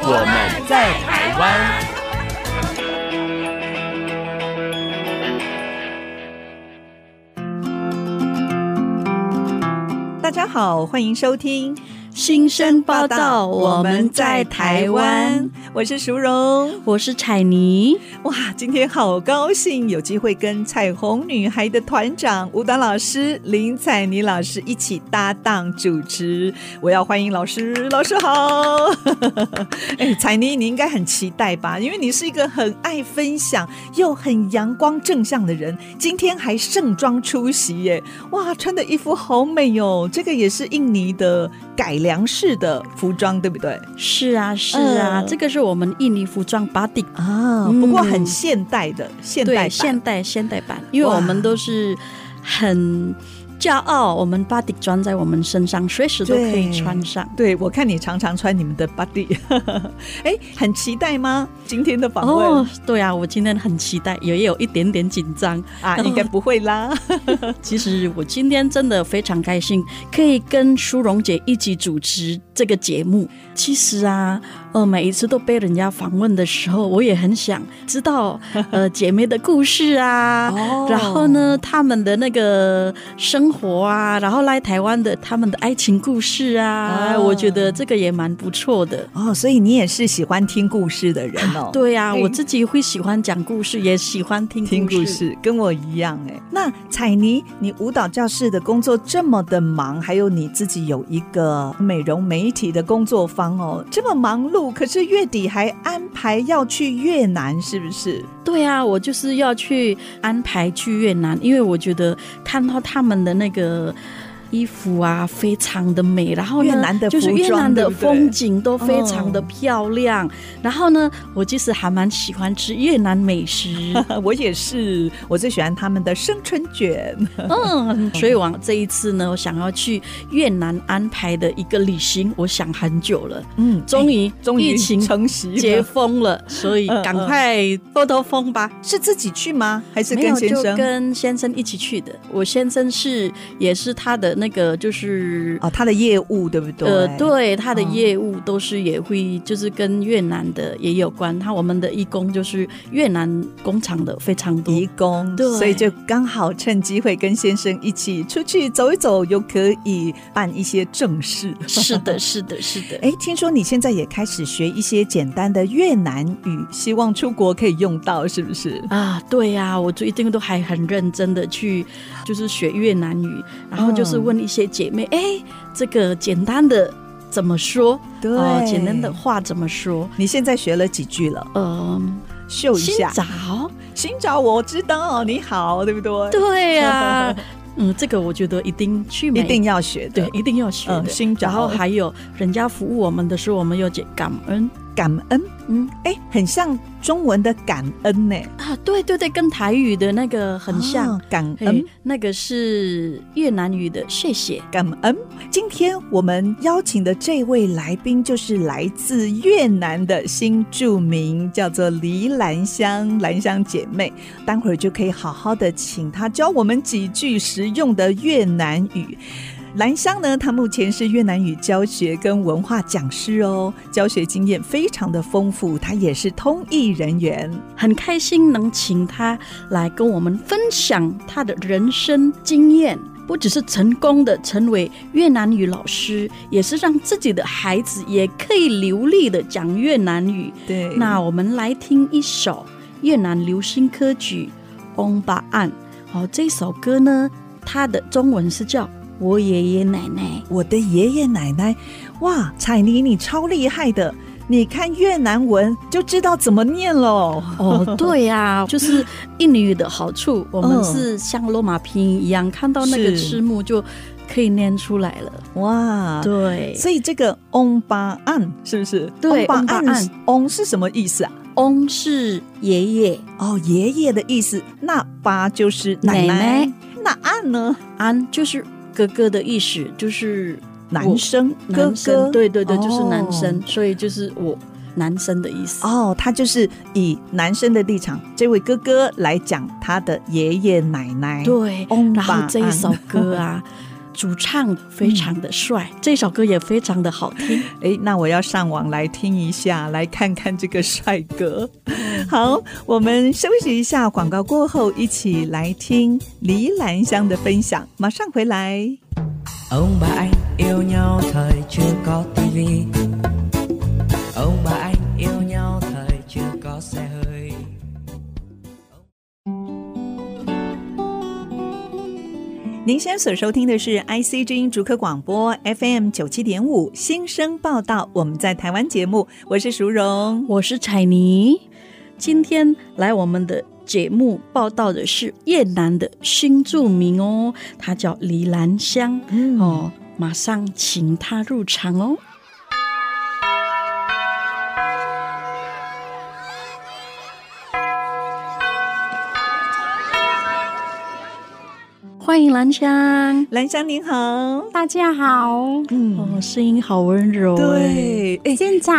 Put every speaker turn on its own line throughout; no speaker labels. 我们在台湾。
大家好，欢迎收听《
新生报道，我们在台湾。》，
我是淑荣。
我是彩妮，
哇，今天好高兴有机会跟彩虹女孩的团长舞蹈老师林彩妮老师一起搭档主持。我要欢迎老师，老师好。 哎，彩妮，你应该很期待吧？因为你是一个很爱分享又很阳光正向的人，今天还盛装出席耶！哇，穿的衣服好美哦，这个也是印尼的改良式的服装，对不对？
是啊，是啊，
嗯
这个是我们印尼服装 body，
啊不过很
嗯
现代的，现代
对，
版
现代现代版，因为
哇
我们都是很骄傲，我们 body 装在我们身上，随时都可以
对
穿上。
对，我看你常常穿你们的 body，哎， 很期待吗？今天的访问、
哦，对啊，我今天很期待，也有一点点紧张。
啊，应该不会啦。
其实我今天真的非常开心，可以跟舒荣姐一起主持这个节目。其实啊，呃，每一次都被人家访问的时候，我也很想知道 呃姐妹的故事啊，
哦
然后呢，她们的那个生活啊，然后来台湾的她们的爱情故事啊，
哦
我觉得这个也蛮不错的。
哦，所以你也是喜欢听故事的人 哦。
对呀、
嗯
我自己会喜欢讲故事，也喜欢听
听故
故事。
事跟我一样哎。那彩妮，你舞蹈教室的工作这么的忙，还有你自己有一个美容媒体的工作坊哦，这么忙碌，可是月底还安排要去越南，是不是？
对啊，我就是要去安排去越南，因为我觉得看到他们的那个。衣服啊，非常的美，然后呢，
越南的
就是
服
越
装
南
对
的
不对哦
风景都非常的漂亮。然后呢，我其实还蛮喜欢吃越南美食，
我也是，我最喜欢他们的生春卷。
嗯，所以往这一次呢，我想要去越南安排的一个旅行，我想很久了，
嗯，
终
哎
于
终于
疫情
成型了
解封了，所以
嗯嗯
赶快兜兜风吧。
是自己去吗？还是
没
跟
有，
先
就
生？
跟先生一起去的。我先生是也是他的那个就是。
哦，他的业务对不对？
呃，对，他的
哦
业务都是也会，就是跟越南的也有关。他我们的义工就是越南工厂的非常多
移，工，
对
所以就刚好趁机会跟先生一起出去走一走，又可以办一些正事。
是的，是的，是的。
哎，听说你现在也开始学一些简单的越南语，希望出国可以用到，是不是？
啊，对呀、我最近都还很认真的去，就是学越南语，然后就是问一些姐妹，哎、这个简单的怎么说？
对
哦简单的话怎么说？
你现在学了几句了？
嗯、
秀一
新
下。
找。
寻找我知道你好，对不对？
对呀、 嗯，这个我觉得一定去买，
一定要学的。
对，一定要学的。
嗯新找
然后还有人家服务我们的时候，我们要讲感恩。
感恩，
嗯
哎，很像中文的感恩呢，
啊，对对对，跟台语的那个很像
哦。感
嘿
恩。
那个是越南语的谢谢。
感恩。今天我们邀请的这位来宾就是来自越南的新著名，叫做黎兰香，兰香姐妹。待会儿就可以好好的请她教我们几句实用的越南语。兰香呢，她目前是越南语教学跟文化讲师哦，教学经验非常的丰富，她也是通译人员。
很开心能请他来跟我们分享他的人生经验，不只是成功的成为越南语老师，也是让自己的孩子也可以流利的讲越南语。
对，
那我们来听一首越南流行歌曲《翁巴岸》。好，这首歌呢，它的中文是叫《我爷爷奶奶》。
我的爷爷奶奶，哇，彩妮你超厉害的，你看越南文就知道怎么念喽。
哦，对呀、就是印尼语的好处，我们
嗯
是像罗马拼音一样，看到那个
是
字幕就可以念出来了。啊
哇，
对
所以这个 on 巴岸是不是？
对
on 巴
on 巴岸
岸 on 是什么意思啊？
翁是爷爷，
哦，爷爷的意思，那巴就是奶
奶奶
那岸呢？
安就是哥哥的意思，就是
男生
我
哥
男生
哥，
对对对，就是
哦
男生，所以就是我男生的意思。
哦，他就是以男生的立场，这位哥哥来讲他的爷爷奶奶。
对，
翁
哦然后
巴
这一
岸
首歌啊， 主唱非常的帅，这首歌也非常的好听。
诶，那我要上网来听一下，来看看这个帅哥。 好，我们休息一下，广告过后一起来听黎兰香的分享，马上回来。
Ông bà anh yêu nhau thời chưa có tivi Ông bà anh yêu nhau thời chưa có xe hơi
您现在所收听的是 IC 之音逐客广播 FM 九七点五新生报道，我们在台湾节目，我是淑荣。
我是彩妮，今天来我们的节目报道的是越南的新著名哦，她叫李兰香、
嗯
哦，马上请她入场哦。欢迎兰香，
兰香您好，
大家好，
嗯，
哦，声音好温柔，，
对，哎，
今早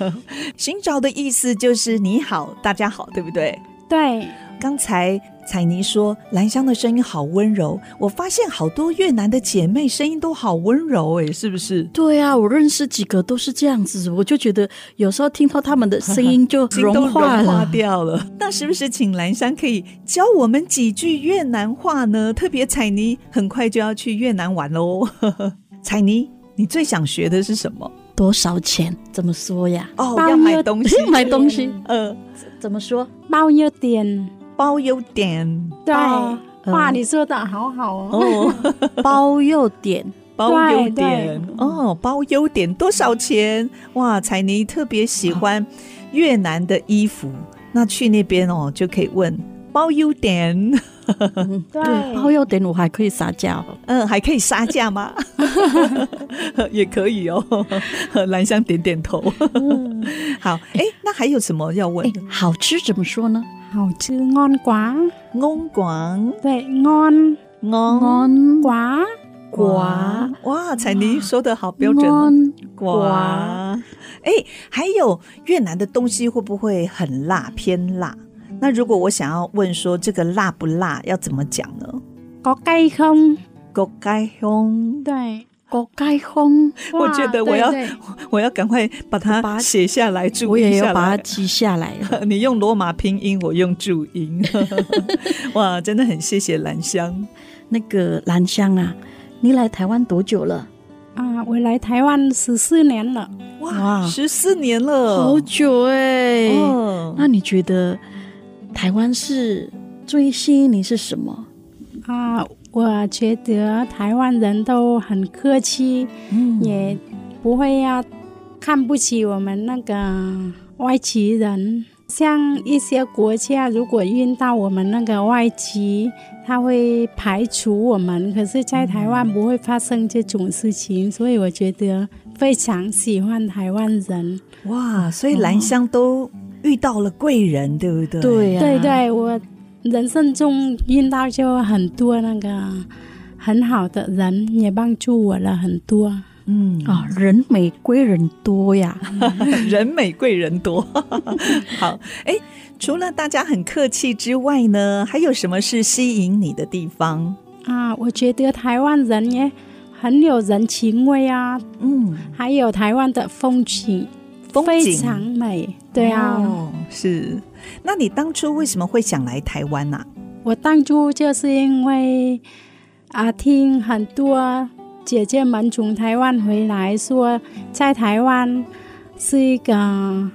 寻找的意思就是你好，大家好，对不对？
对
刚才彩妮说兰香的声音好温柔，我发现好多越南的姐妹声音都好温柔、哎，是不是？
对啊，我认识几个都是这样子，我就觉得有时候听到他们的声音就
心都
融化
融化
了。
掉了。 那是不是请兰香可以教我们几句越南话呢？特别彩妮很快就要去越南玩喽。 彩妮，你最想学的是什么？
多少钱？怎么说呀？。
哦，
包
要
邮
买东西
买东西
呃，
怎么说？
bao nhiêu tiền？
包邮点
对，
哦
哇，
嗯
你说的好好哦。
哦，
包邮点，
包邮
对
点哦，包邮点多少钱？哇，彩妮特别喜欢越南的衣服，那去那边哦就可以问包邮点。
嗯
对
包邮点我还可以撒哦娇。
嗯，还可以杀价 吗？也可以哦。兰香点点头。
嗯
好，哎、那还有什么要问
哎？，好吃怎么说呢？
好吃 ngon quá，
翁广
对，ngon
翁
安
quá，
瓜
哇，彩妮说的好标准哦。瓜
瓜，
哎、还有越南的东西会不会很辣？偏辣？那如果我想要问说这个辣不辣，要怎么讲呢？
có cay không？
狗该凶，
对，
锅盖烘，
我
哇
觉得我
对
要
对
我要赶快把
把
它
它
写下来，注
我
意
也
下
要把
来
它。记下来 了。
你用罗马拼音，我用注 音，哇，真的很谢谢兰香。
那个兰香啊，你来台湾多久了？
啊，我来台湾十四年了，
哇，十四年了，
好久哎。
哦，
那你觉得台湾是最吸引你是什么？
啊，我觉得台湾人都很客气，也不会呀、看不起我们那个外籍人。像一些国家，如果遇到我们那个外籍，他会排除我们。可是，在台湾不会发生这种事情，所以我觉得非常喜欢台湾人。
哇，所以兰香都遇到了贵人，对不对？
呀
对啊对，我人生中遇到就很多那个很好的人，也帮助我了很多。
嗯，
啊，人美归人多呀。
人美贵人多。 好，哎，除了大家很客气之外呢，还有什么是吸引你的地方？
啊，我觉得台湾人也很有人情味啊，
嗯，
还有台湾的风景
风
非
景
常美。对啊，
哦是。那你当初为什么会想来台湾啊呢、
我当初就是因为啊，听很多姐姐们从台湾回来说，在台湾是一个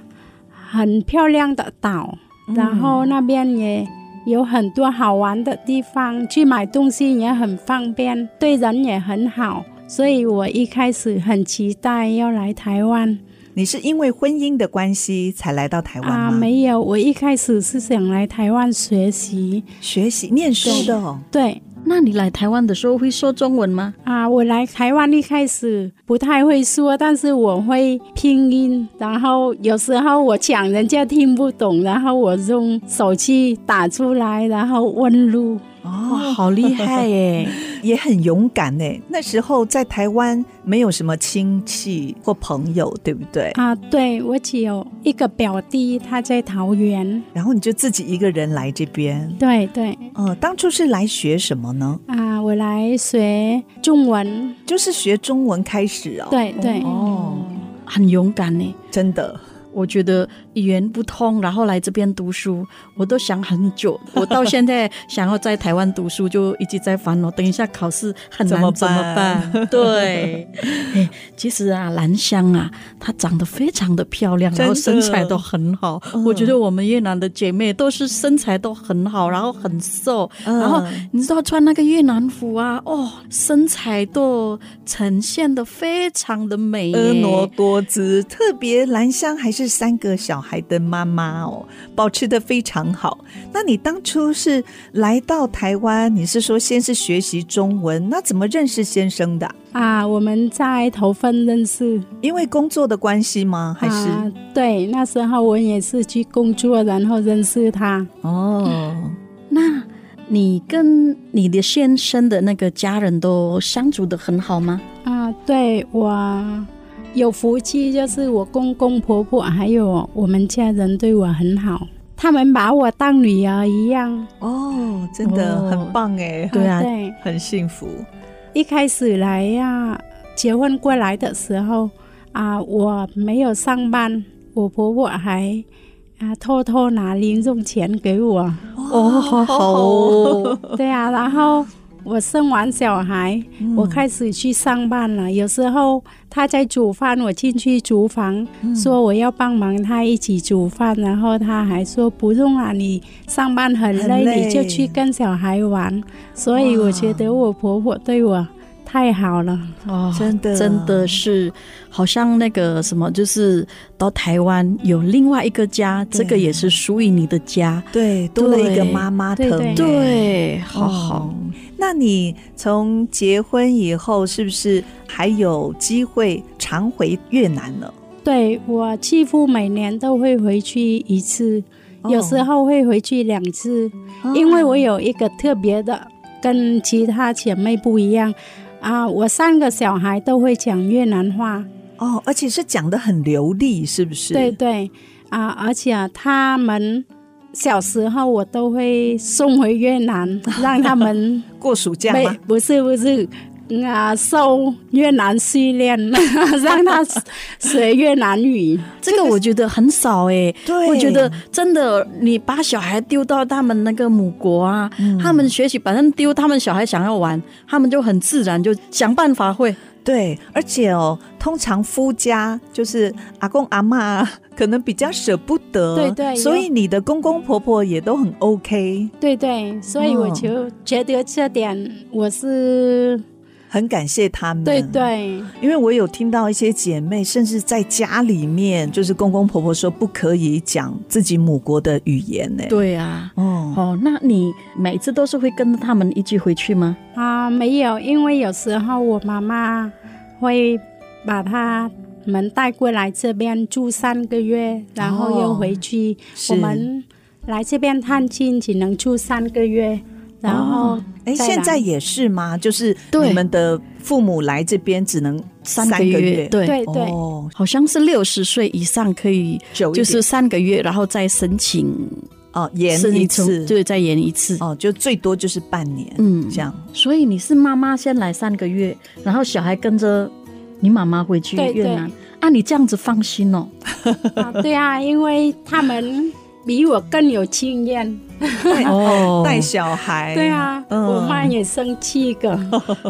很漂亮的岛，然后那边也。有很多好玩的地方，去买东西也很方便，对人也很好，所以我一开始很期待要来台湾
你是因为婚姻的关系才来到台湾吗？
啊。没有，我一开始是想来台湾学习，
学习念书的、哦，
对，
那你来台湾的时候会说中文吗？
啊，我来台湾一开始不太会说，但是我会拼音，然后有时候我讲人家听不懂，然后我用手机打出来，然后问路。
哇，好厉害耶！
也很勇敢呢。那时候在台湾没有什么亲戚或朋友，对不对？
啊，对我只有一个表弟，他在桃园。
然后你就自己一个人来这边。
对对，
呃，当初是来学什么呢？
啊，我来学中文。
就是学中文开始哦。，
对对，
哦，
很勇敢呢。
真的，
我觉得语言不通，然后来这边读书，我都想很久。我到现在想要在台湾读书，就一直在烦恼，等一下考试很难
怎
怎
么
么
办
办？对，哎，其实啊，兰香啊，她长得非常的漂亮，
真的
然后身材都很好。
嗯
我觉得我们越南的姐妹都是身材都很好，然后很瘦，
嗯
然后你知道穿那个越南服啊，哦，身材都呈现的非常的美耶，
婀娜多姿，特别兰香还是三个小孩的妈妈哦，保持的非常好。那你当初是来到台湾，你是说先是学习中文，那怎么认识先生的啊？
啊，我们在头份认识。
因为工作的关系吗？还是、
啊、对，那时候我也是去工作，然后认识他。
哦，
那你跟你的先生的那个家人都相处的很好吗？
啊，对我有福气，就是我公公婆婆还有我们家人对我很好，他们把我当女儿一样。
哦，真的、
哦
很棒哎，
对啊
对，
很幸福。
一开始来呀、结婚过来的时候啊，我没有上班，我婆婆还啊偷偷拿零用钱给我。
哦，好好哦，
对啊，然后我生完小孩，
嗯
我开始去上班了。有时候他在煮饭，我进去厨房、
嗯
说我要帮忙他一起煮饭，然后他还说不用啦，你上班很累，
很累
你就去跟小孩玩。所以我觉得我婆婆对我太好了。
哦
真的
真的是，好像那个什么，就是到台湾有另外一个家，
对
这个也是属于你的家。
对，多了一个妈妈
对
疼
对
哎，
对，好
哦
好。
那你从结婚以后，是不是还有机会常回越南呢？
对我几乎每年都会回去一次，
哦
有时候会回去两次。因为我有一个特别的，跟其他姐妹不一样啊，我三个小孩都会讲越南话，
哦，而且是讲的很流利，是不是？
对对啊，而且他们小时候我都会送回越南， 让他们
过暑假
被
吗？
不是不是。嗯啊，受越南训练， 让他学越南语。
这个我觉得很少哎、
对
我觉得真的，你把小孩丢到他们那个母国啊，
嗯
他们学习反正丢他们小孩想要玩，他们就很自然就想办法会。
对，而且哦，通常夫家就是阿公阿妈，啊可能比较舍不得，
对对
所以你的公公婆婆也都很 OK，
对对，所以我
哦
就觉得这点我是、
很感谢他们。
对对
因为我有听到一些姐妹，甚至在家里面，就是公公婆婆说不可以讲自己母国的语言呢。，
对啊，
哦，
哦，那你每次都是会跟他们一起回去吗？
啊，没有，因为有时候我妈妈会把他们带过来这边住三个月，然后又回去。
是
我们来这边探亲只能住三个月，
哦
然后
哎，
再来
现在也是吗？就是
对
你们的父母来这边只能
三个
月，
月，对，
对对
哦，
好像是六十岁以上可以，
久一
就
点
是三个月，然后再申请
哦，延
申
一
请
次，
对，再延一次。
哦，就最多就是半年，
嗯
这样。
所以你是妈妈先来三个月，然后小孩跟着你妈妈回去
对对
越南啊，你这样子放心哦。
啊，对啊，因为他们比我更有经验。
哦
带小孩，
对，啊，
嗯
我妈也生七 个，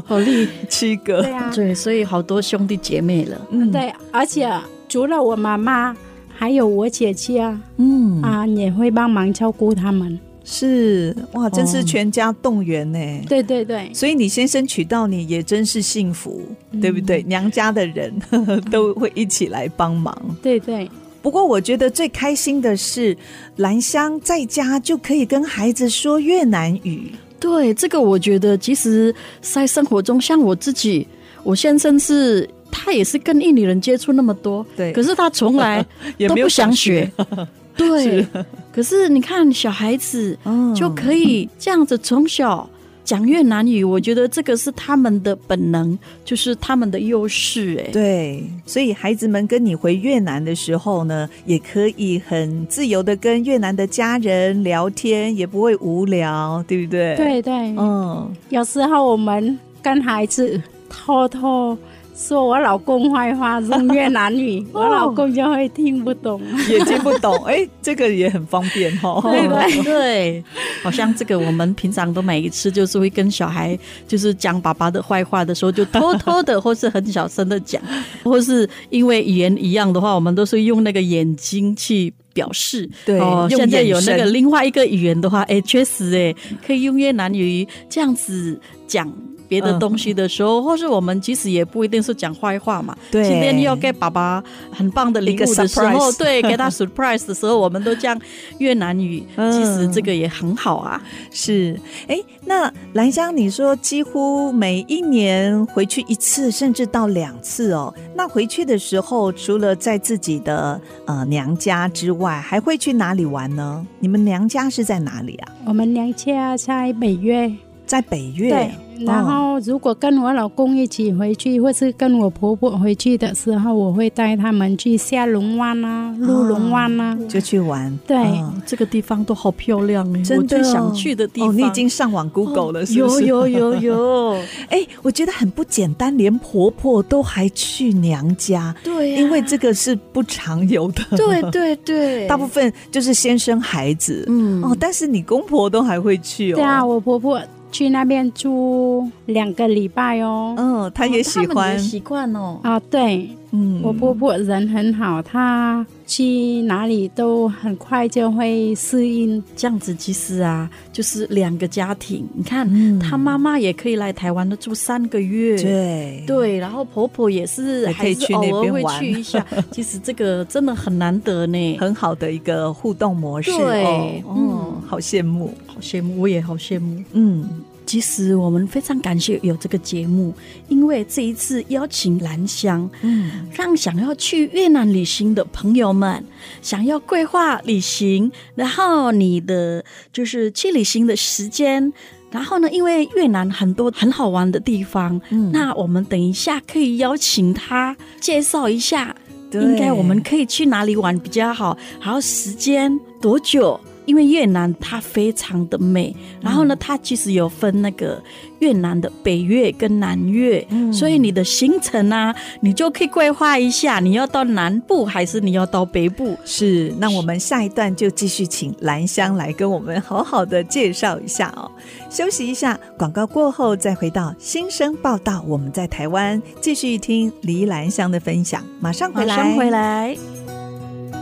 好厉
七个，
对啊，
对，所以好多兄弟姐妹了。
嗯，
对，而且除了我妈妈，还有我姐姐啊，
嗯，
啊也会帮忙照顾他们。
是哇，真是
哦
全家动员呢。
对对对。
所以你先生娶到你也真是幸福，
嗯
对不对？娘家的人 都会一起来帮忙。
对对
不过我觉得最开心的是，兰香在家就可以跟孩子说越南语，
对，这个我觉得其实在生活中，像我自己，我先生是他也是跟印尼人接触那么多，
对
可是他 从来
也
都
没有
不想学， 对
是，
可是你看小孩子
嗯
就可以这样子从小。讲越南语，我觉得这个是他们的本能，就是他们的优势、哎，
对，所以孩子们跟你回越南的时候呢，也可以很自由的跟越南的家人聊天，也不会无聊，对不对？，
对对，
嗯，
有时候我们跟孩子偷偷说我老公坏话，用越南语，我老公就会听不懂。
也听不懂，哎，这个也很方便哈、哦。
对对对，好像这个我们平常都每一次就是会跟小孩就是讲爸爸的坏话的时候，就偷偷的或是很小声的讲，或是因为语言一样的话，我们都是用那个眼睛去。表示
对
哦，
用
现在
眼
有那个
神
另外一个语言的话，哎，确实哎，可以用越南语这样子讲别的
嗯
东西的时候，或是我们其实也不一定是讲坏话嘛。
对
今天要给爸爸很棒的礼
一个
物的时候，
surprise
对，给他 surprise 的时候，我们都这样越南语，
嗯
其实这个也很好啊。
是，哎，那兰香，你说几乎每一年回去一次，甚至到两次哦。那回去的时候，除了在自己的呃娘家之外，还会去哪里玩呢？你们娘家是在哪里啊？
我们娘家在北越，
在北越。
对。然
哦
后，如果跟我老公一起回去，或是跟我婆婆回去的时候，我会带他们去下龙湾啊、鹿龙湾啊。
就去玩。
对
嗯
这个地方都好漂亮哎、
真的
我最想
哦
去的地方。
哦，你已经上网 Google 了，是不是？
有有有有，
哎，我觉得很不简单，连婆婆都还去娘家，
对呀
因为这个是不常有的。
对对对，
大部分就是先生孩子。
嗯
哦，但是你公婆都还会去哦。
对啊，我婆婆去那边住两个礼拜哦。
嗯，他也喜
他们
欢
也。习惯哦。
啊，对，
嗯，
我婆婆人很好，她去哪里都很快就会适应。
这样子其实啊，就是两个家庭，你看、
嗯
他妈妈也可以来台湾的住三个月，
对
对，然后婆婆也是，
也可以
还是
去那
偶尔
边
会
玩
去 一下。其实这个真的很难得呢，
很好的一个互动模式
对
哦，哦
嗯
好羡慕。
好羡慕，我也好羡慕。
嗯，
其实我们非常感谢有这个节目，因为这一次邀请兰香，
嗯，
让想要去越南旅行的朋友们，想要规划旅行，然后你的就是去旅行的时间。然后呢，因为越南很多很好玩的地方，
嗯
那我们等一下可以邀请他介绍一下，
对
应该我们可以去哪里玩比较好，然后时间多久？因为越南它非常的美，然后呢，它其实有分那个越南的北越跟南越，所以你的行程啊，你就可以规划一下，你要到南部还是你要到北部？
是。那我们下一段就继续请兰香来跟我们好好的介绍一下哦。休息一下，广告过后再回到新生报道。我们在台湾继续听黎兰香的分享，马上
马
回来，
上回来。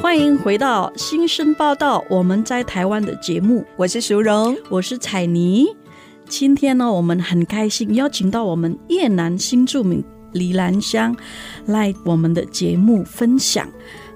欢迎回到《新生报道》，我们在台湾的节目，
我是淑荣。
我是彩妮。今天呢，我们很开心邀请到我们越南新著名李兰香来我们的节目分享。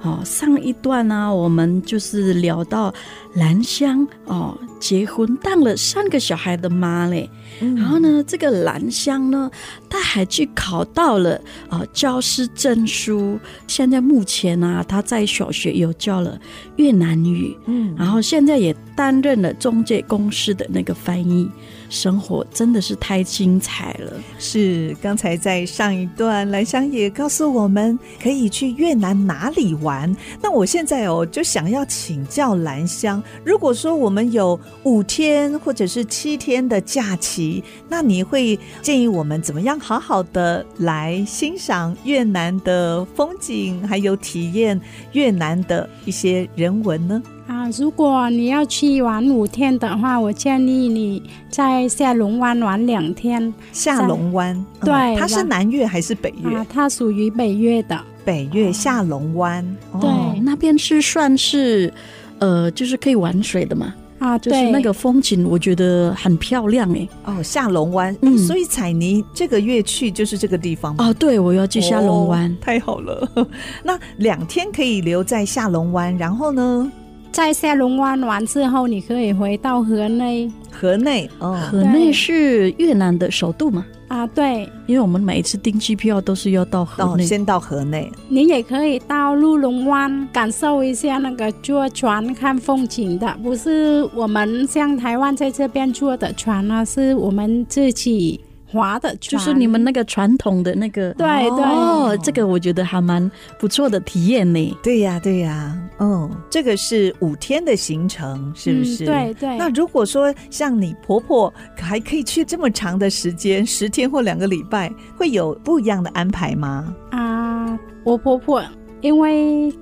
哦，上一段呢、我们就是聊到兰香哦，结婚当了三个小孩的妈嘞。然后呢，这个兰香呢，她还去考到了啊、呃教师证书。现在目前呢、她在小学有教了越南语，
嗯
然后现在也担任了中介公司的那个翻译，生活真的是太精彩了。
是，刚才在上一段，兰香也告诉我们可以去越南哪里玩。那我现在哦，就想要请教兰香，如果说我们有五天或者是七天的假期，那你会建议我们怎么样好好的来欣赏越南的风景，还有体验越南的一些人文呢？
啊，如果你要去玩五天的话，我建议你在下龙湾玩两天。
下
在
龙湾，嗯
对
它是
然
南越还是北越？
啊，它属于北越的。
北越下龙湾，
对
哦
那边是算是，呃，就是可以玩水的嘛，
啊，
就是
对
那个风景，我觉得很漂亮哎。
哦，下龙湾。
嗯
所以彩妮这个月去就是这个地方嘛。
啊，对，我要去下龙湾。
哦太好了。 那两天可以留在下龙湾，然后呢，
在下龙湾完之后，你可以回到河内
河内哦，
河内是越南的首都嘛？
啊，对，
因为我们每一次订机票都是要到河
到
内。
先到河内
你也可以到鹿龙湾感受一下那个坐船看风景的，不是我们像台湾在这边坐的船啊，是我们自己划的
就
船，
是你们那个传统的那个，
对对
哦，这个我觉得还蛮不错的体验呢。
对呀，对呀，嗯，这个是五天的行程，是不是？
嗯、。对对，
那如果说像你婆婆还可以去这么长的时间，十天或两个礼拜，会有不一样的安排吗？
啊，我婆婆，因为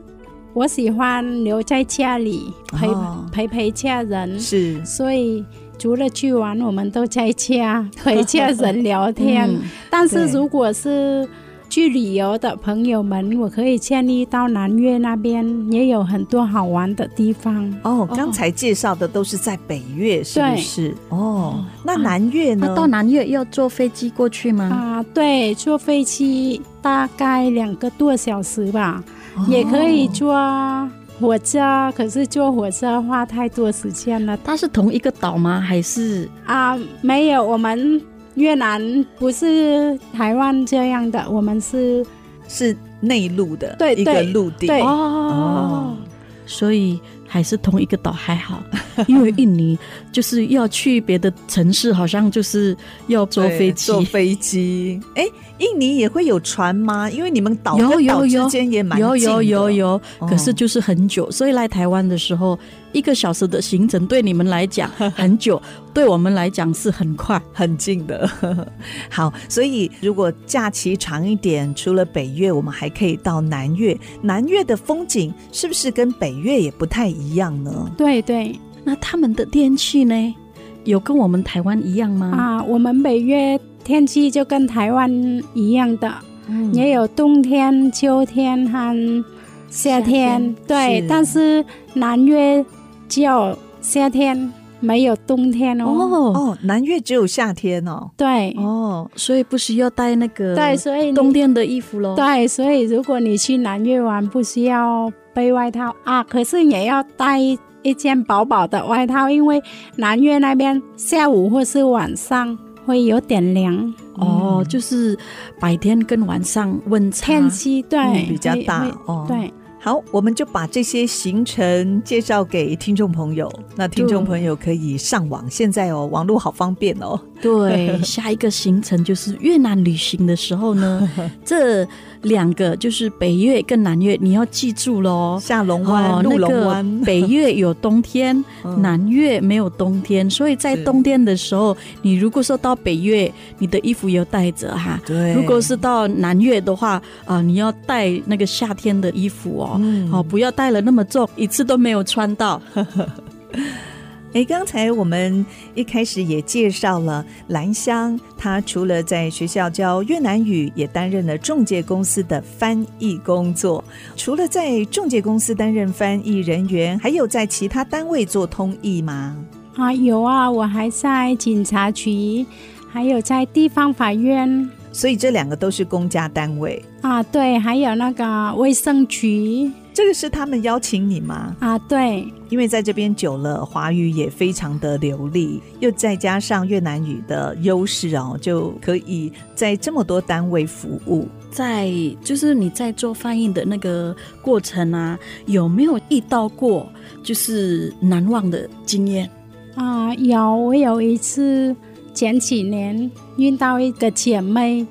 我喜欢留在家里陪、
哦
陪陪家人，
是
所以除了去玩，我们都在家陪家人聊天。
嗯
但是
对
如果是去旅游的朋友们，我可以建议到南越那边，也有很多好玩的地方。
哦，刚才介绍的都是在北越，是不是？哦，那南越呢？
那嗯啊到南越要坐飞机过去吗？
啊，对，坐飞机大概两个多小时吧，也可以坐火车。可是坐火车花太多时间了
它是同一个岛吗？还是
啊，没有，我们越南不是台湾这样的，我们是
是内陆的，
对
一个
对
陆地。
对
哦
哦，所以还是同一个岛还好， 因为印尼就是要去别的城市，好像就是要坐
对
飞机。
坐飞机。哎，印尼也会有船吗？因为你们岛
有
跟岛
有有
之间也蛮近
有
的
有有有，
哦
可是就是很久，所以来台湾的时候，一个小时的行程对你们来讲很久，对我们来讲是很快。
很近的。 好，所以如果假期长一点，除了北越，我们还可以到南越。南越的风景是不是跟北越也不太一样呢？
对对
那他们的天气呢，有跟我们台湾一样
嗯
吗？
啊，我们北约天气就跟台湾一样的，
嗯
也有冬天、秋天和夏天。
天
对，
是
但是南越只有夏天，没有冬天哦。
哦，
哦，南越只有夏天哦。
对、
哦，
所以不需要带那个
对，所以你
冬天的衣服喽。
对，所以如果你去南越玩，不需要背外套啊，可是也要带一件薄薄的外套，因为南越那边下午或是晚上会有点凉，
啊嗯
哦，就是白天跟晚上温差。
天气对、
嗯比较
会
大
会
哦
对，
好，我们就把这些行程介绍给听众朋友。那听众
对
朋友可以上网，现在哦，网络好方便哦。
对，下一个行程就是越南旅行的时 候呢，这两个就是北越跟南越，你要记住喽。
下龙湾、鹿
哦那
龙
个
湾、
北越有冬天，
嗯
南越没有冬天，所以在
是
冬天的时候，你如果说到北越，你的衣服要带着哈。
对
如果是到南越的话，啊、你要带那个夏天的衣服哦，
嗯
哦，不要带了那么重，一次都没有穿到。
诶，刚才我们一开始也介绍了兰香，她除了在学校教越南语，也担任了中介公司的翻译工作。除了在中介公司担任翻译人员，还有在其他单位做通译吗？
啊，有啊，我还在警察局，还有在地方法院
所以这两个都是公家单位。
啊，对，还有那个卫生局
这个是他们邀请你吗？
啊，对
因为在这边久了，华语也非常的流利，又再加上越南语的优势哦，就可以在这么多单位服务。
在就是你在做翻译的那个过程啊，有没有遇到过就是难忘的经验？
啊，有，我有一次前几年遇到一个姐妹，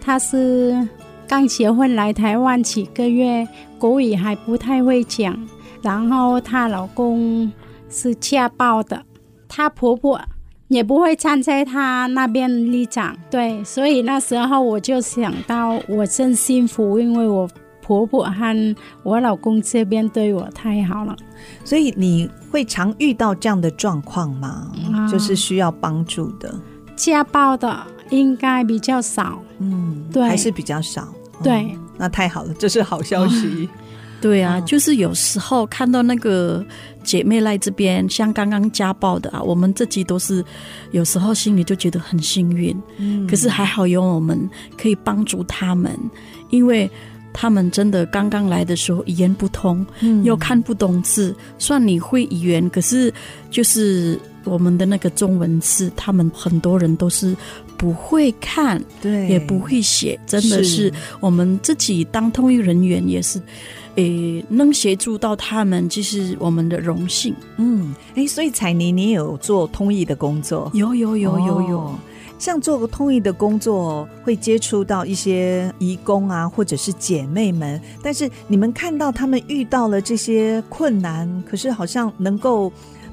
她是刚结婚来台湾几个月，国语还不太会讲，然后她老公是家暴的，她婆婆。也不会站在她那边立场，对，所以那时候我就想到，我真幸福，因为我婆婆和我老公这边对我太好了。啊
所以你会常遇到这样的状况吗？
啊
嗯就是需要帮助的，
家暴的应该比较少，
嗯，
对
还是比较少。
对
嗯那太好了，这是好消息。
对啊，就是有时候看到那个姐妹来这边，像刚刚家暴的啊，我们自己都是有时候心里就觉得很幸运，嗯，可是还好有我们可以帮助他们，因为。他们真的刚刚来的时候语言不通，又看不懂字。算你会语言，可是就是我们的那个中文字，他们很多人都是不会看，
对
也不会写，真的是我们自己当通译人员也是，诶、能协助到他们，就是我们的荣幸。
嗯，哎，所以彩妮，你也有做通译的工作？
有有有有有，
哦像做个通译的工作，会接触到一些义工啊，或者是姐妹们。但是你们看到他们遇到了这些困难，可是好像能够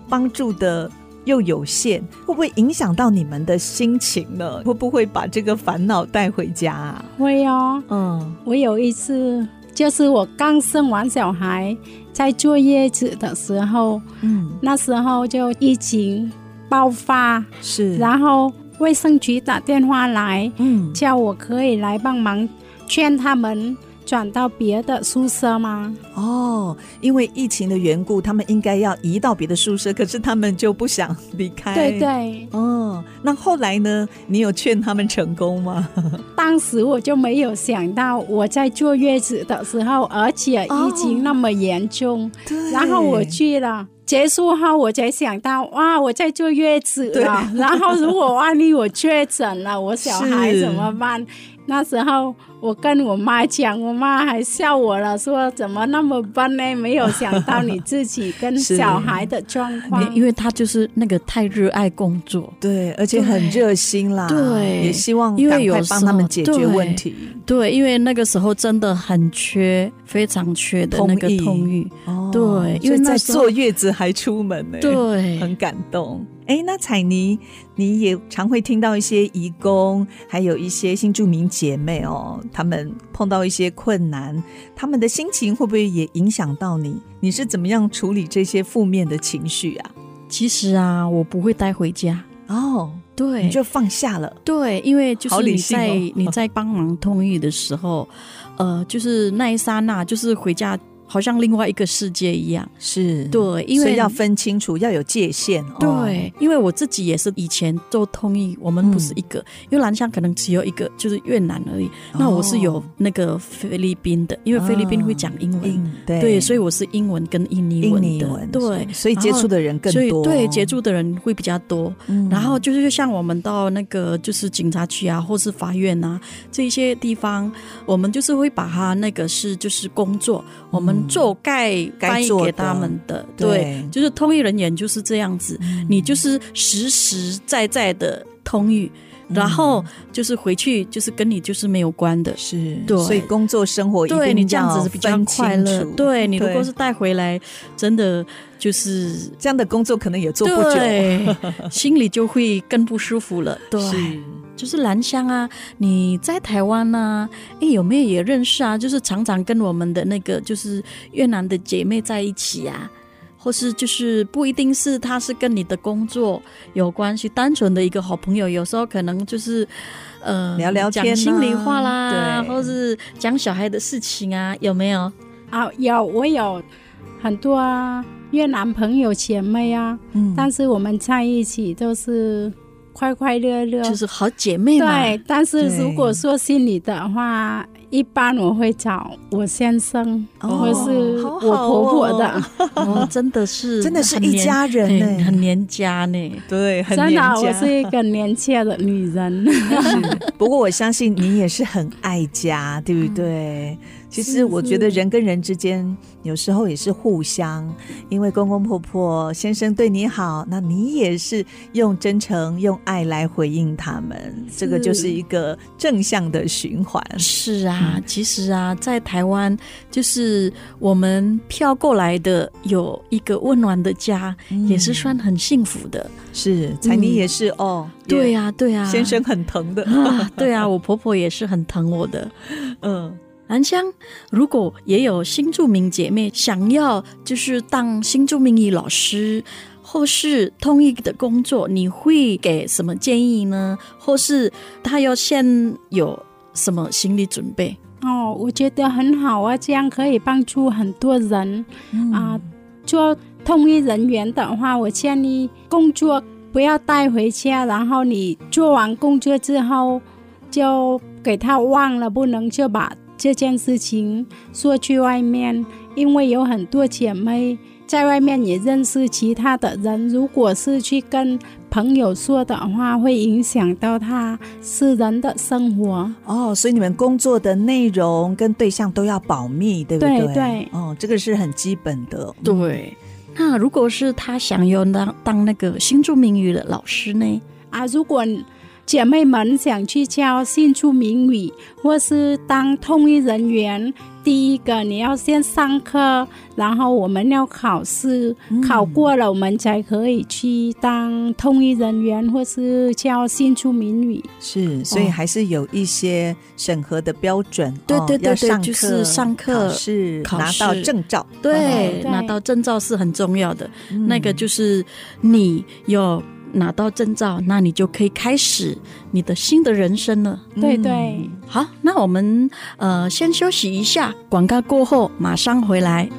帮助的又有限，会不会影响到你们的心情呢？会不会把这个烦恼带回家啊？
会哦。
嗯，
我有一次，就是我刚生完小孩，在坐月子的时候，
嗯，
那时候就疫情爆发，
是，
然后卫生局打电话来，
嗯，
叫我可以来帮忙，劝他们转到别的宿舍吗？
哦，因为疫情的缘故，他们应该要移到别的宿舍，可是他们就不想离开。
对。对，
哦，那后来呢？你有劝他们成功吗？
当时我就没有想到我在坐月子的时候，而且疫情那么严重，
对
然后我去了。结束后，我才想到，哇，我在坐月子
对
了。然后，如果万一我确诊了，我小孩
是
怎么办？那时候我跟我妈讲，我妈还笑我了，说怎么那么笨呢？没有想到你自己跟
是
小孩的状况。
因为他就是那个太热爱工作，
对，而且很热心啦，
对
也希望
因为
赶快
有
帮
时
他们
候
解决
对
问题。
对，因为那个时候真的很缺，非常缺的那个
通译
通译。
哦
对因
所
为
以
那
在
时候
坐月子还出门呢、，
对，
很感动。哎，那彩妮，你也常会听到一些义工，还有一些新住民姐妹哦，她们碰到一些困难，她们的心情会不会也影响到你？你是怎么样处理这些负面的情绪啊？
其实啊，我不会带回家。
哦，
对
你就放下了。
对，因为就
好
是
理
你
性
在、
哦
你在帮忙通译的时候，呃，就是那一刹那，就是回家，好像另外一个世界一样。
是，
对，因
嗯所
为
以要分清楚，要有界限。哦、
对，因为我自己也是以前做通译，我们不是
嗯
一个，因为兰香可能只有一个，就是越南而已。那我是
哦
有那个菲律宾的，因为菲律宾会讲英文，
嗯，对
对，所以我是英文跟印尼
印
文的，
尼文
对，
所以接触的人更
所以
多，
对接触的人会比较多。
嗯，
然后就是像我们到那个就是警察局啊，或是法院啊这一些地方，我们就是会把它那个是就是工作，我们做该
嗯该
翻译
做
给
的
他们的，
对
就是通译人员就是这样子，
嗯
你就是实实在在的通译，
嗯
然后就是回去就是跟你就是没有关的，
是，
对
所以工作生活一定
对你这样子
要
是比较
分
快
清
乐
楚，
对你如果
对
是带回来，真的就是
这样的工作，可能也做不久。
对，心里就会更不舒服了。对，就是兰香啊，你在台湾呢、啊，哎，有没有也认识啊？就是常常跟我们的那个就是越南的姐妹在一起啊。或是就是不一定是她是跟你的工作有关系，单纯的一个好朋友，有时候可能就是，呃，
聊聊天啊
讲心里话啦，
对
或是讲小孩的事情啊，有没有？
啊，有我有很多啊越南朋友姐妹啊，
嗯
但是我们在一起都是快快乐乐，
就是好姐妹嘛。
对。但是如果
对
说心里的话，一般我会找我先生、
哦
或是
好
我
好哦
婆婆的，
哦，真的 是，
真的是
很
一
黏
家人
对
呢
很黏啊家呢。
对，很
真
黏
的
家
我是一个年轻的女人。
是 不过我相信你也是很爱家，对不对？其实我觉得人跟人之间有时候也是互相，因为公公婆婆、先生对你好，那你也是用真诚、用爱来回应他们，这个就是一个正向的循环。
是啊，其实啊，在台湾就是我们飘过来的，有一个温暖的家，也是算很幸福的。
是，彩妮也是哦，
对
呀、
呀、对啊呀、
先生很疼的，
啊，对啊，我婆婆也是很疼我的。
嗯，
兰香，如果也有新著名姐妹想要就是当新著名语老师，或是通译的工作，你会给什么建议呢？或是她要先有什么心理准备？
哦，哦，我觉得很好啊，这样可以帮助很多人
嗯
啊、做通译人员的话，我建议工作不要带回家，然后你做完工作之后就给他忘了，不能就把这件事情说去外面，因为有很多姐妹在外面也认识其他的人，如果是去跟朋友说的话，会影响到他私人的生活。
哦，所以你们工作的内容跟对象都要保密，对不对？
对对
哦，这个是很基本的。
对。嗯那如果是他想要当当那个新住民语的老师呢？
啊，如果姐妹们想去教新出名语，或是当通译人员，第一个你要先上课，然后我们要考试，
嗯
考过了我们才可以去当通译人员，或是教新出名语。
是，所以还是有一些审核的标准。
哦对
哦
对对
要
对
上课
就是上课
考试
考
拿到
试
证照。
对，
对
拿哦到证照是很重要的。
嗯
那个就是你有拿到证照，那你就可以开始你的新的人生了。
嗯
对对，
好，那我们呃先休息一下，广告过后马上回来。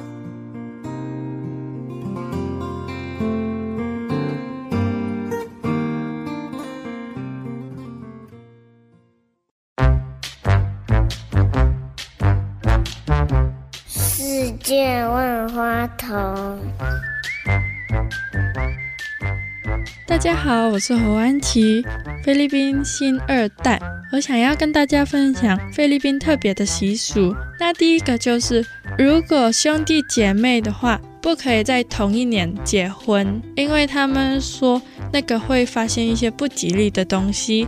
世界万花筒。
大家好，我是侯安琪，菲律宾新二代。我想要跟大家分享菲律宾特别的习俗。那第一个就是，如果兄弟姐妹的话，不可以在同一年结婚，因为他们说那个会发现一些不吉利的东西，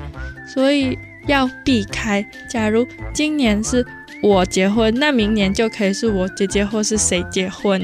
所以要避开。假如今年是我结婚，那明年就可以是我姐姐或是谁结婚。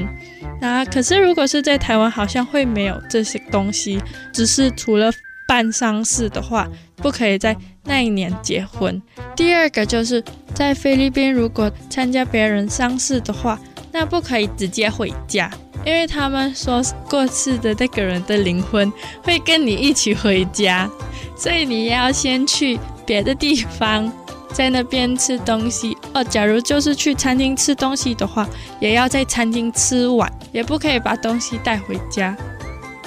那可是如果是在台湾，好像会没有这些东西，只是除了办丧事的话，不可以在那一年结婚。第二个就是在菲律宾，如果参加别人丧事的话，那不可以直接回家，因为他们说过世的那个人的灵魂会跟你一起回家，所以你要先去别的地方。在那边吃东西哦，假如就是去餐厅吃东西的话，也要在餐厅吃完，也不可以把东西带回家。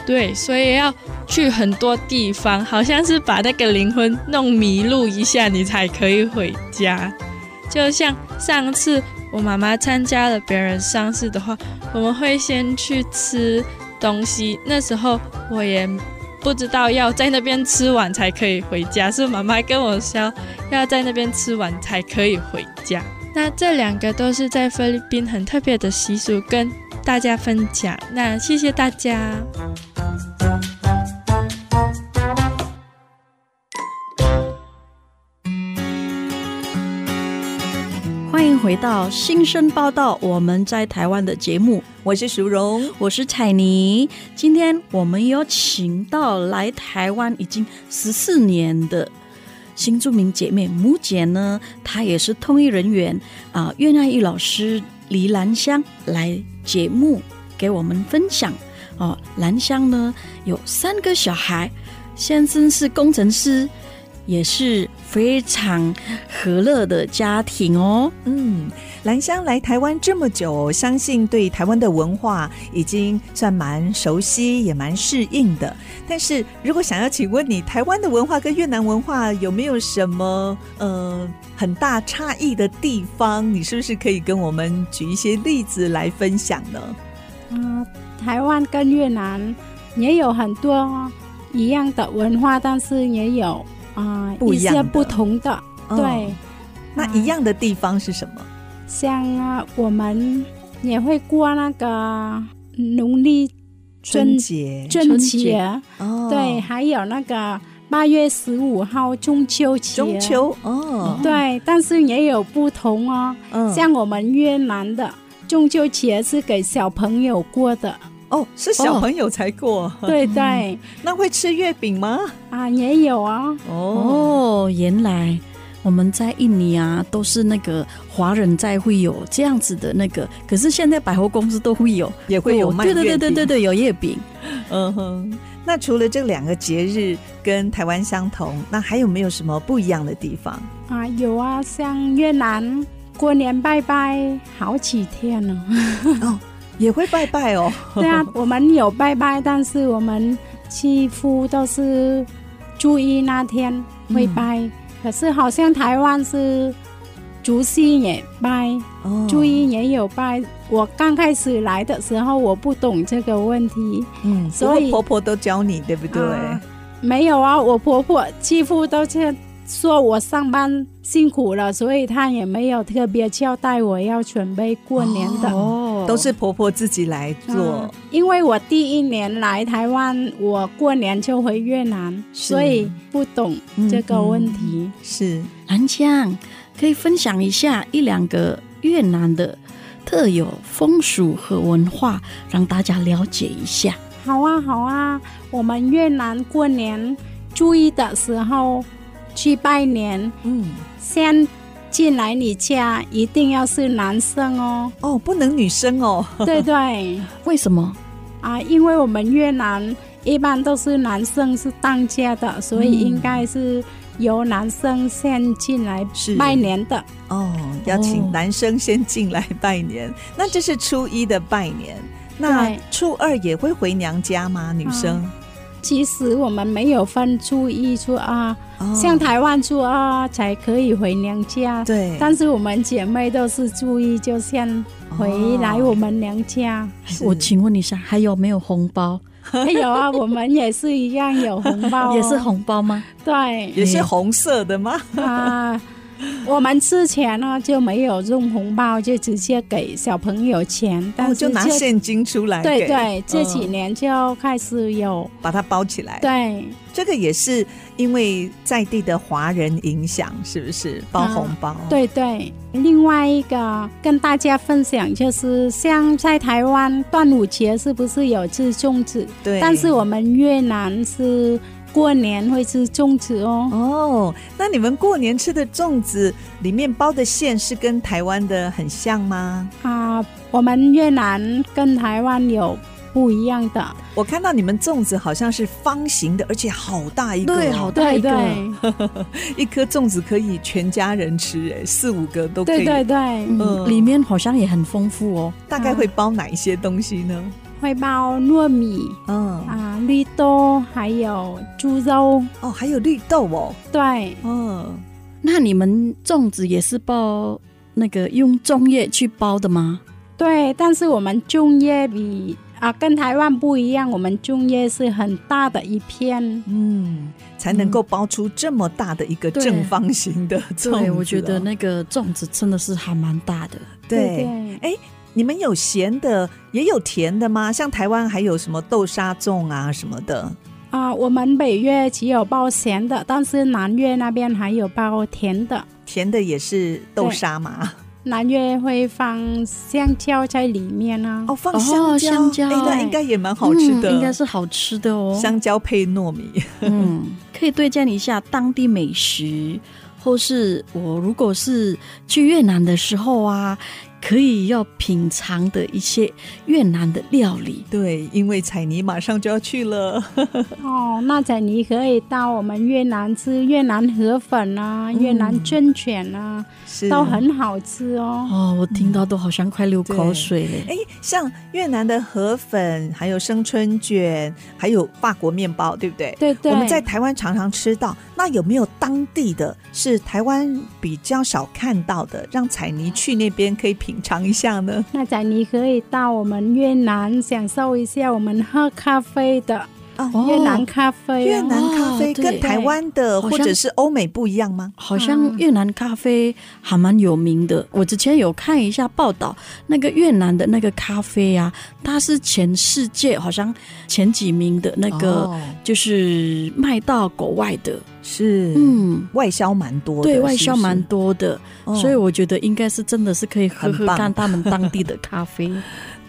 对，所以要去很多地方，好像是把那个灵魂弄迷路一下，你才可以回家。就像上次我妈妈参加了别人丧事的话，我们会先去吃东西，那时候我也不知道要在那边吃完才可以回家，是妈妈跟我说要在那边吃完才可以回家。那这两个都是在菲律宾很特别的习俗，跟大家分享。那谢谢大家。
欢迎回到新生报道，我们在台湾的节目，
我是淑荣，
我是彩妮。今天我们有请到来台湾已经十四年的新著名姐妹母姐呢，她也是通译人员啊，岳爱玉老师黎兰香来节目给我们分享哦。兰香呢有三个小孩，先生是工程师，也是非常和乐的家庭哦。
嗯，兰香来台湾这么久，相信对台湾的文化已经算蛮熟悉，也蛮适应的。但是如果想要请问你，台湾的文化跟越南文化有没有什么呃很大差异的地方？你是不是可以跟我们举一些例子来分享呢？
啊，台湾跟越南也有很多一样的文化，但是也有啊、
不一
一
样的
些不同的，
哦
对。
那
嗯
一样的地方是什么？
像啊，我们也会过那个农历
春节
春节，
哦，
对，，还有那个八月十五号中秋节，啊
中秋哦，
对，但是也有不同哦。
嗯
像我们越南的中秋节是给小朋友过的，
哦是小朋友才过，
对对
那会吃月饼吗？
啊，也有啊，
哦，
哦，原来我们在印尼啊，都是那个华人在会有这样子的那个，可是现在百货公司都会有，哦
也会有卖
对对
月
对对
饼
对对，有月饼。
嗯哼，那除了这两个节日跟台湾相同，那还有没有什么不一样的地方？
啊有啊，像越南过年拜拜好几天哦了。
也会拜拜哦。
对啊，我们有拜拜，但是我们几乎都是初一那天
嗯
会拜。可是好像台湾是除夕也拜，
哦
初一也有拜。我刚开始来的时候，我不懂这个问题。
嗯，所
所
以
以
婆婆都教你，对不对？
啊没有啊，我婆婆几乎都是说我上班辛苦了，所以她也没有特别交代我要准备过年的。
哦
都是婆婆自己来做
嗯。因为我第一年来台湾，我过年就回越南，
是嗯
所以不懂这个问题。
是
兰香，可以分享一下一两个越南的特有风俗和文化，让大家了解一下。
好啊，好啊，我们越南过年初一的时候去拜年，
嗯，
先进来你家一定要是男 生哦，
哦，不能女生哦。
对对
为什么？
啊，因为我们越南一般都是男生是当家的，所
嗯
以应该是由男生先进来
是
拜年的。
哦，要请
哦
男生先进来拜年。那这是初一的拜年，那
对
初二也会回娘家吗？女生？
其实我们没有分初一、初二，
哦
嗯像台湾初二才可以回娘家，
对，
但是我们姐妹都是初一就先回来我们娘家。
是
我请问一下，还有没有红包？
哦
还有啊，我们也是一样有红包、啊
也是，红包吗？
对
也是红色的吗？
啊。我们之前呢就没有用红包，就直接给小朋友钱，但
哦，
是
就拿
这
现金出来
对
给，
对，这
嗯
几年就开始有，
把它包起来。
对
这个也是因为在地的华人影响，是不是包红包？，
啊对对，另外一个跟大家分享就是，像在台湾端午节是不是有吃粽子？
对
但是我们越南是过年会吃粽子哦。
哦，那你们过年吃的粽子里面包的馅是跟台湾的很像吗？
啊、我们越南跟台湾有不一样的，
我看到你们粽子好像是方形的，而且好大一个哦，
大
对
一个
对
一颗粽子可以全家人吃，哎，四五个都可以。
对对对，
嗯
嗯，里面好像也很丰富哦。
大概会包哪一些东西呢？
会包糯米
嗯，
啊、绿豆还有猪肉，
哦，还有绿豆哦，
对
嗯，
那你们粽子也是包那个用粽叶去包的吗？
对，但是我们粽叶比啊跟台湾不一样，我们粽叶是很大的一片。
嗯，才能够包出这么大的一个
对
正方形的粽子、哦啊
对，我觉得，那个粽子真的是还蛮大的。
对，
对
哎你们有咸的，也有甜的吗？像台湾还有什么豆沙粽啊什么的，
啊、我们北越只有包咸的，但是南越那边还有包甜的。
甜的也是豆沙嘛。
南越会放香蕉在里面啊。
哦，放
哦
香蕉，
香蕉
哎那应该也蛮好吃的，
嗯应该是好吃的哦。
香蕉配糯米。
嗯，可以对战一下当地美食，或是我如果是去越南的时候啊，可以要品尝的一些越南的料理。
对，因为彩妮马上就要去了，
哦，那仔你可以到我们越南吃越南河粉啊，越南春卷啊，
嗯是
都很好吃哦。
哦，我听
嗯
到都好像快流口水了。
哎，像越南的河粉，还有生春卷，还有法国面包，对不对？
对对，
我们在台湾常常吃到，那有没有当地的是台湾比较少看到的，让彩妮去那边可以品尝一下呢？
那仔你可以到我们越南享受一下我们喝咖啡的
啊
哦
越南咖啡
越
哦、
南咖啡
哦对
跟台湾的
好
或
像
者是欧美不一样吗？
好像越南咖啡还蛮有名的，我之前有看一下报道，那个越南的那个咖啡啊，它是全世界好像前几名的那个，
哦
就是卖到国外的。
是，
嗯，
外销蛮多的，
对外销蛮
是
多的。
不是，
所以
哦
我觉得应该是真的是可以喝
很
喝
棒
看他们当地的咖啡。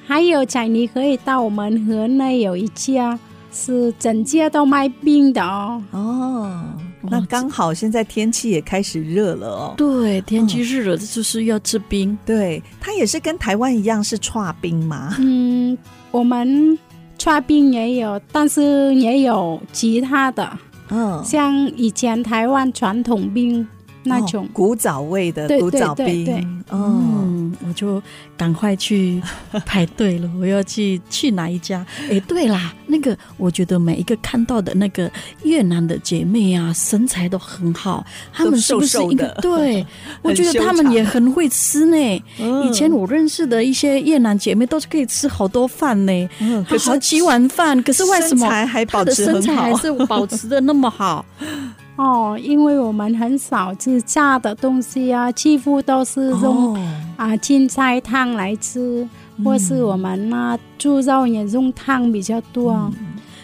还有仔你可以到我们河内有一家是整街都卖冰的哦。
哦，那
哦
刚好现在天气也开始热了哦。
对，天气热了就是要吃冰。
对，它也是跟台湾一样是串冰 嘛。
嗯，我们刨冰也有，但是也有其他的，
嗯，
像以前台湾传统冰那种
哦。古早味的
对
古早
对对对
冰，哦，
嗯，我就赶快去排队了。我 要去去哪一家？哎，对啦，那个我觉得每一个看到的那个越南的姐妹啊，身材都很好，她们是不是一
都瘦瘦
个
的？
对 我觉得她们也很会吃呢。以前我认识的一些越南姐妹都是可以吃好多饭呢，
嗯
她好几碗饭。可是为什
身
么
材还
她
保
的
持
身
很
材还
好？
是保持的那么好？
哦，因为我们很少吃炸的东西啊，几乎都是用
哦，
啊、青菜汤来吃，或是我们那、猪肉也用汤比较多啊、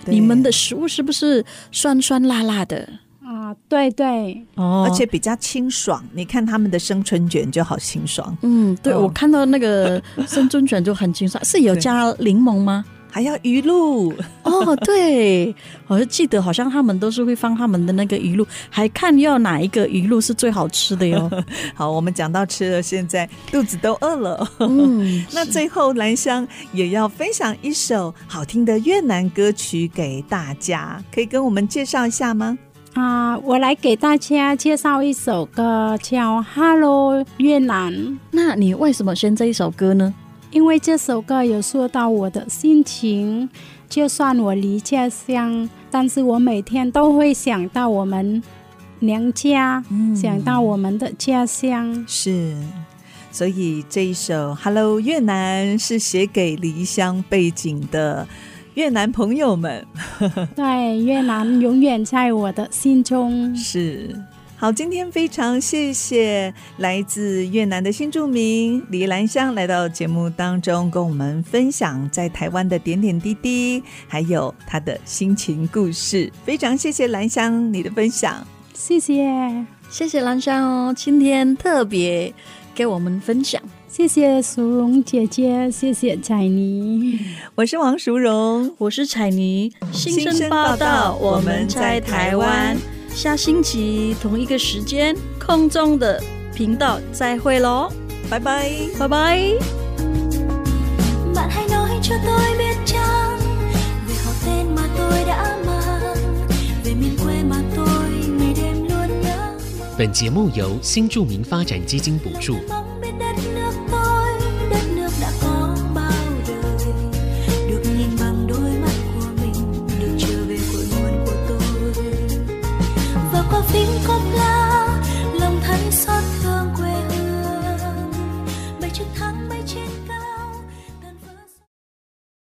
对
你们的食物是不是酸酸辣辣的？
啊对对，
哦
而且比较清爽，你看他们的生春卷就好清爽，
嗯，对，
嗯
我看到那个生春卷就很清爽，是 有加柠檬 吗？
还要鱼露，
哦，对，我就记得好像他们都是会放他们的那个鱼露，还看要哪一个鱼露是最好吃的 哟。
好，我们讲到吃了，现在肚子都饿了。
嗯，
那最后，兰香也要分享一首好听的越南歌曲给大家，可以跟我们介绍一下吗？
啊、我来给大家介绍一首歌，叫《Hello 越南》，
那你为什么选这一首歌呢？
因为这首歌有说到我的心情。就算我离家乡，但是我每天都会想到我们娘家，想到我们的家 乡。
是，所以这一首《Hello 越南》是写给离乡背景的越南朋友们。
对，越南永远在我的心中。
是。好，今天非常谢谢来自越南的新住民李兰香来到节目当中，跟我们分享在台湾的点点滴滴，还有她的心情故事。非常谢谢兰香你的分享。
谢谢，
谢谢兰香哦，今天特别给我们分享。
谢谢苏荣姐姐，谢谢彩妮。
我是王淑荣，
我是彩妮，新
新生
生报
报道
道，我们在台湾，下星期同一个时间空中的频道再会喽，
拜拜。
拜拜。
bạn hãy nói cho tôi biết chăng về họ tên mà tôi đã mang về miền quê mà tôi ngày đêm luôn nhớ mong.
本节目由新著名发展基金补助，
mong biết đất